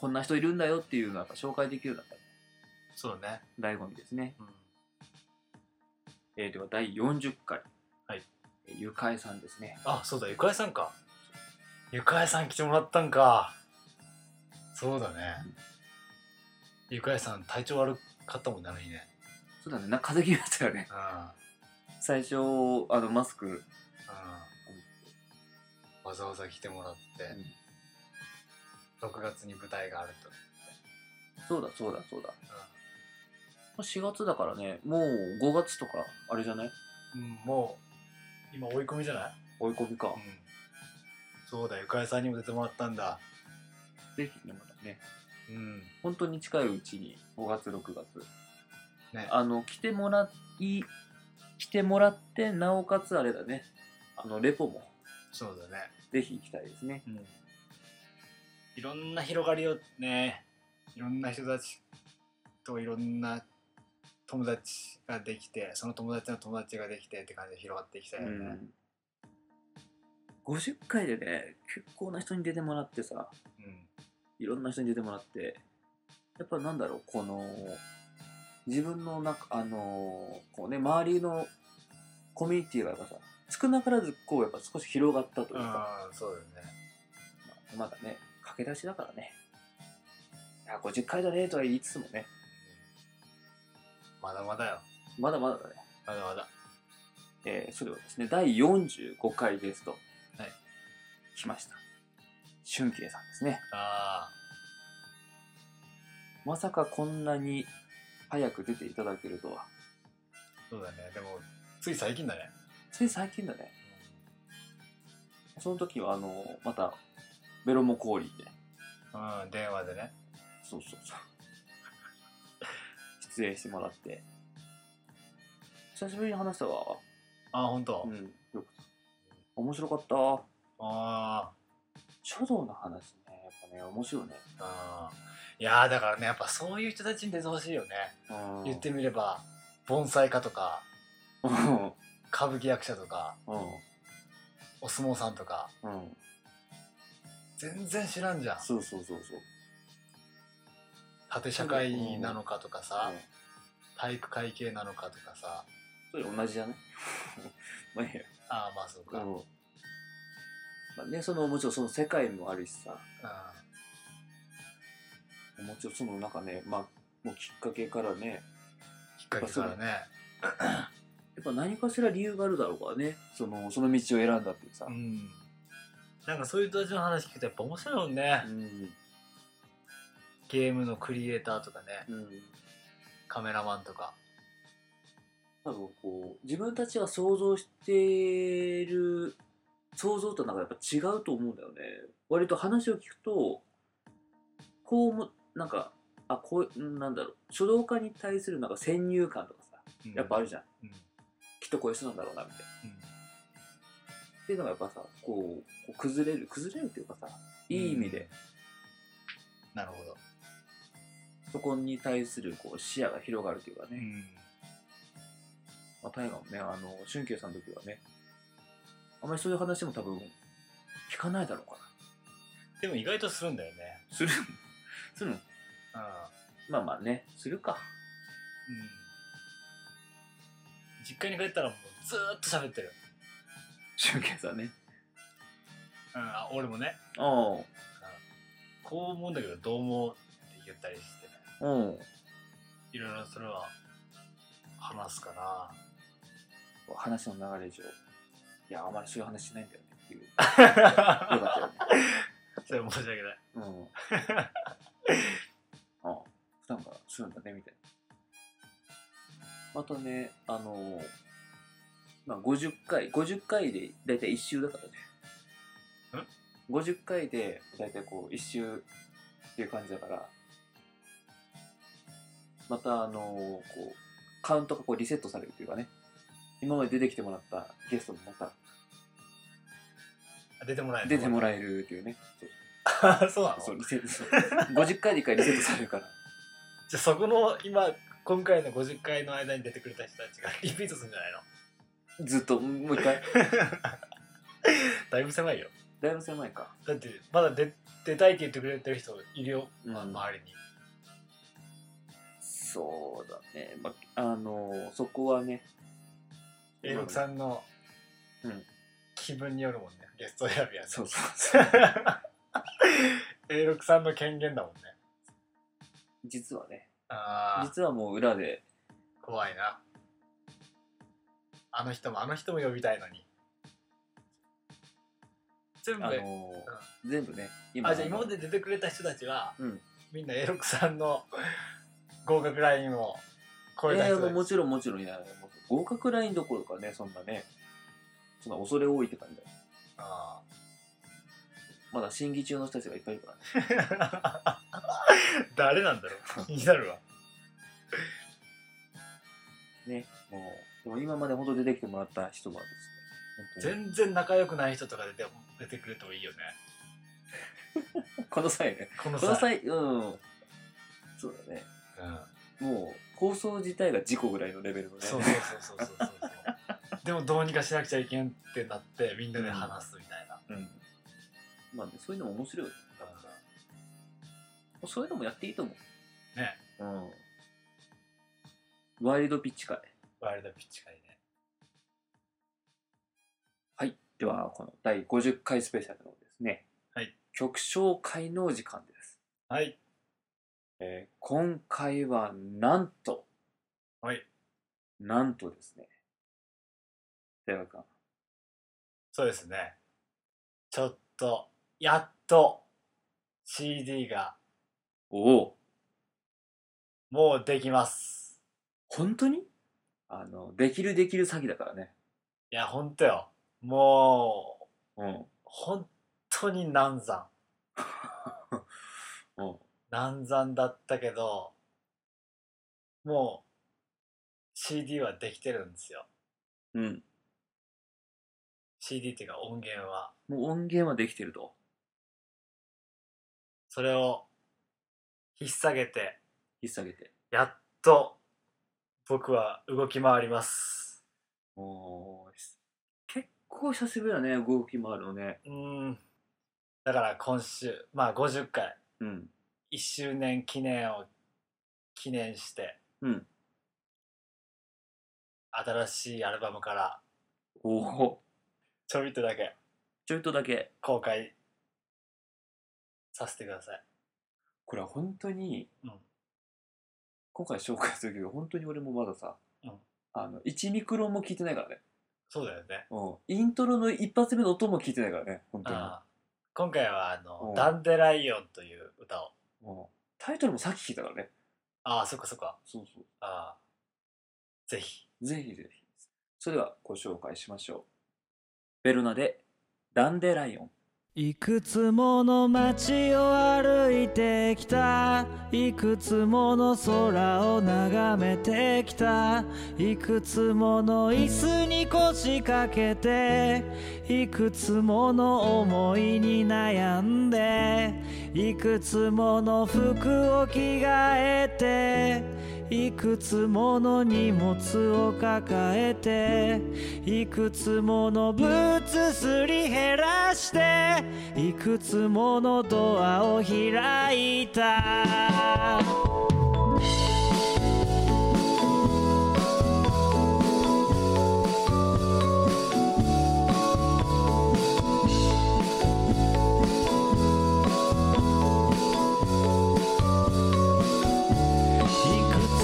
こんな人いるんだよっていうのは紹介できるようになっそうねたら醍醐味ですね、うんえーでは第40回、はいえーゆかえさんですねあそうだゆかえさんかゆかえさん来てもらったんかそうだねゆかえさん体調悪かったもんねあの日ねそうだねなんか風邪気味だったよねうんうん最初あのマスク、わざわざ来てもらって、6月に舞台があると、そうだそうだそうだ4月だからねもう5月とかあれじゃないうん、もう今追い込みじゃない、追い込みか、うん、そうだゆかえさんにも出てもらったんだぜひねまたねうん本当に近いうちに5月6月ねあの来てもらい来てもらってなおかつあれだねあのレポもそうだねぜひ行きたいですねうんいろんな広がりをねいろんな人たちといろんな友達ができてその友達の友達ができてって感じで広がっていきたいよね、うん50回でね結構な人に出てもらってさいろんな人に出てもらってやっぱなんだろうこの自分の中あのこうね周りのコミュニティがやっぱさ少なからずこうやっぱ少し広がったというか、ああそうだよねまあまだね駆け出しだからねいや50回だねとは言いつつもねうんまだまだよまだまだだねまだまだえーそれはですね、第45回ゲスト、はい来ました。俊慶さんですね。あまさかこんなに早く出ていただけるとは。あそうだねでもつい最近だね、つい最近だね。その時は、あの、また、ベロモ降臨で、うん、電話でねそうそうそう。 [laughs] 出演してもらって。久しぶりに話したわ。ああ本当、うん、よく。面白かった。あー書道の話ね、やっぱね、面白いね。あーいやーだからねやっぱそういう人たちに出てほしいよね、うん言ってみれば盆栽家とかうん。歌舞伎役者とかうお相撲さんとかん。うん。全然知らんじゃんそうそうそうそう。縦社会なのかとかさ、体育会系なのかとかさそれ同じじ [laughs] ゃないまあいいやああまあそうか、うんまあね、そのもちろんその世界もあるしさもちろんそのなんかね、まあ、もうきっかけからねきっかけからねやっぱ何かしら理由があるだろうからねそのその道を選んだっていうさ、うんなんかそういう人たちの話聞くとやっぱ面白いもんね、うんゲームのクリエイターとかねうん、カメラマンとか多分こう自分たちが想像してる想像となんかやっぱ違うと思うんだよね割と話を聞くとこうもなんかあこうなんだろう書道家に対するなんか先入観とかさやっぱあるじゃん、うんうんきっとこういう人なんだろうなみたいなっていうのがやっぱさこうこう崩れる崩れるっていうかさいい意味で、なるほど、そこに対するこう視野が広がるというかね、まあ、大河もねあの俊慶さんの時はねあまりそういう話も多分聞かないだろうかでも意外とするんだよねなする [laughs] するのうんまあまあね、するか。うん実家に帰ったらもうずーっと喋ってる、俊介さんね。うん、あ俺もねおうこう思うんだけどどう思うって言ったりしてねおういろいろそれは話すか [laughs] な話の流れ上。いや、あまりそういう話しないんだよねっていう。よかったよね。それ申し訳ないうん。 [laughs] あ、普段からするんだね、みたいな。またね、あのーまあ、50回、50回でだいたい1周だからね。ん ?50 回でだいたいこう1周っていう感じだから、またあのーこう、カウントがこうリセットされるというかね、今まで出てきてもらったゲストもまたあ出てもらえる出てもえらえるというね。そう [laughs] そうなのそう、リセット、そう50回で1回リセットされるから。じゃあそこの今今回の50回の間に出てくれた人たちがリピートするんじゃないのずっともう一回だいぶ狭いよだいぶ狭いかだってまだ出出たいって言ってくれてる人いるよ、うん周りにそうだね、まあ、あのそこはね英国さんのうん気分によるもんねゲスト選びはねそうそう [laughs] 英六さんの権限だもんね実はねああ実はもう裏で怖いなあの人もあの人も呼びたいのに全あ部のあ,、全部ねじゃあ今まで出てくれた人たちは、うんみんな英六さんの合格ラインを超えいやたいや人もたうもち、ちろんもちろんいやいやもう合格ラインどころかねそんなねそんな恐れ多いって感じだよあまだ審議中の人たちがいっぱいいるからねー [laughs] 誰なんだろ [laughs] う気になるわねもうでも今まで本当出てきてもらった人はですね本全然仲良くない人とか出て出てくるといいよね当にこの際ねこのこの際うんそうだねうんもう放送自体が事故ぐらいのレベルのねそうそうそうそうそうそうそうでもどうにかしなくちゃいけんってなってみんなで話すみたいな、うん、まあねそういうのも面白いよねそういうのもやっていいと思うねうんワイルドピッチ会ワイルドピッチ会ねはいではこの第50回スペシャルのですね、はい曲紹介の時間です、はいえー今回はなんとはいなんとですね寺川君そうですねちょっとやっと CD がおおもうできます本当にあのできるできる詐欺だからねいやほんとよもううん本当に難産うん難産だったけどもう CD はできてるんですようん、 CD っていうか音源はもう音源はできてるとそれを引っ提げて引っ提げてやっと僕は動き回りますおーし結構久しぶりだね動き回るのねうーんだから今週まあ50回うん1周年記念を記念してうん新しいアルバムからおおちょびっとだけちょいとだけ公開させてくださいこれは本当に、うん今回紹介するけど本当に俺もまださ、うんあの1ミクロンも聞いてないからね、そうだよねうん、イントロの一発目の音も聞いてないからね本当にああ今回はあうのん「ダンデライオン」という歌をうんタイトルもさっき聞いたからねああそっかそっかそうそああぜひうぜひぜひそれではご紹介しましょうベルナで「ダンデライオン」いくつもの街を歩いてきたいくつもの空を眺めてきたいくつもの椅子に腰掛けていくつもの思いに悩んでいくつもの服を着替えていくつもの荷物を抱えていくつもの物ずすり減らしていくつものドアを開いたいくつ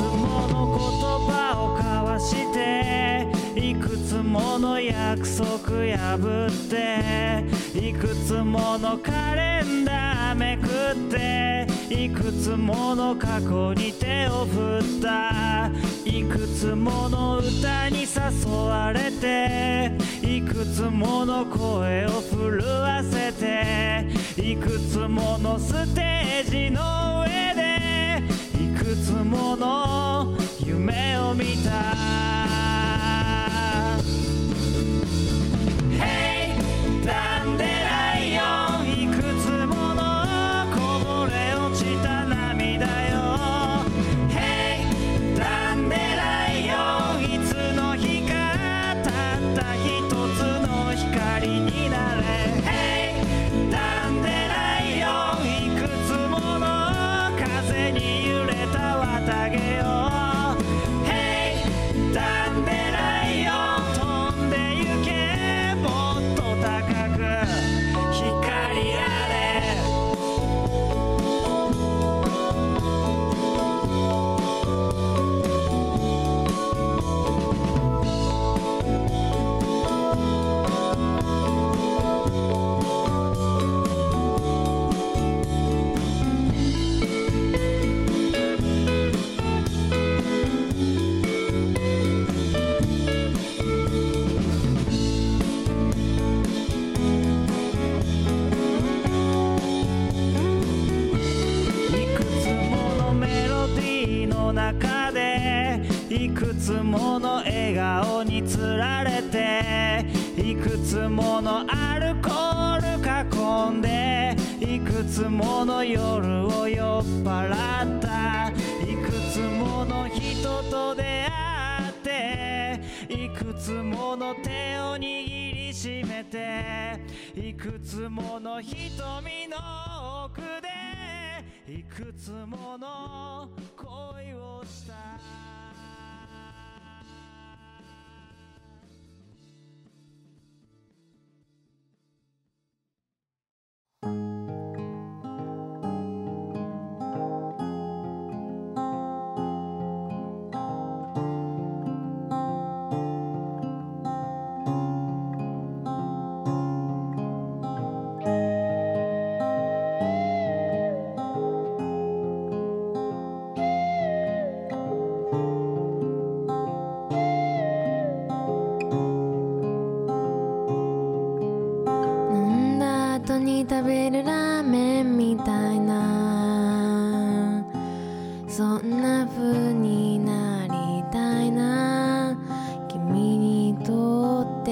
もの言葉を交わしていくつもの約束破っていくつものカレンダーめくっていくつもの過去に手を振ったいくつもの歌に誘われていくつもの声を震わせていくつものステージの上でいくつもの夢を見た Hey! ダンデライオンいくつものこぼれ落ちた涙よ Hey! ダンデライオンいつの日かたった一つの光になれ Hey! ダンデライオンいくつもの風に揺れた綿毛を Hey! ダンデライオン飛んで行けもっと高く光りあれいくつものメロディーの中でいくつもの笑顔につられていくつものアルコール囲んでいくつもの夜を酔っ払ったいくつもの人と出会っていくつもの手を握りしめていくつもの瞳の奥でいくつもの恋をした飲んだ後に食べるラーメンみたいなそんな風になりたいな君にとって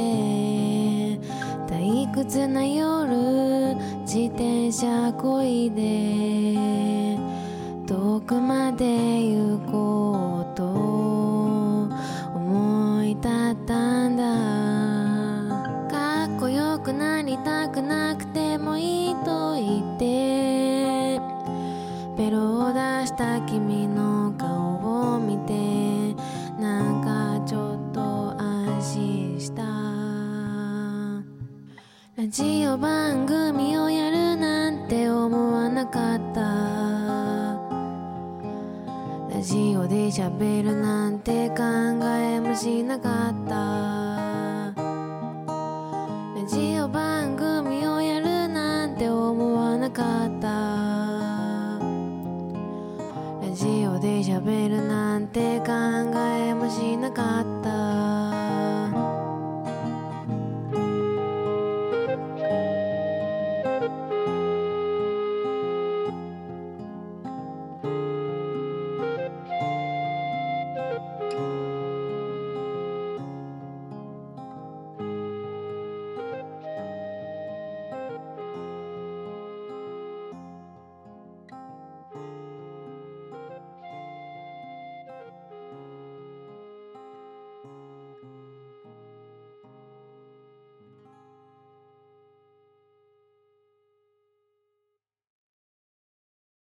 退屈な夜自転車こいで遠くまで行こうと思い立ったんだかっこよくなりたくなくてもいいと言ってベロを出した君の顔を見てなんかちょっと安心したラジオ番組をやるなんて思わなかったラジオで喋るなんて考えもしなかったラジオ番組をやるなんて思わなかったラジオで喋るなんて考えもしなかった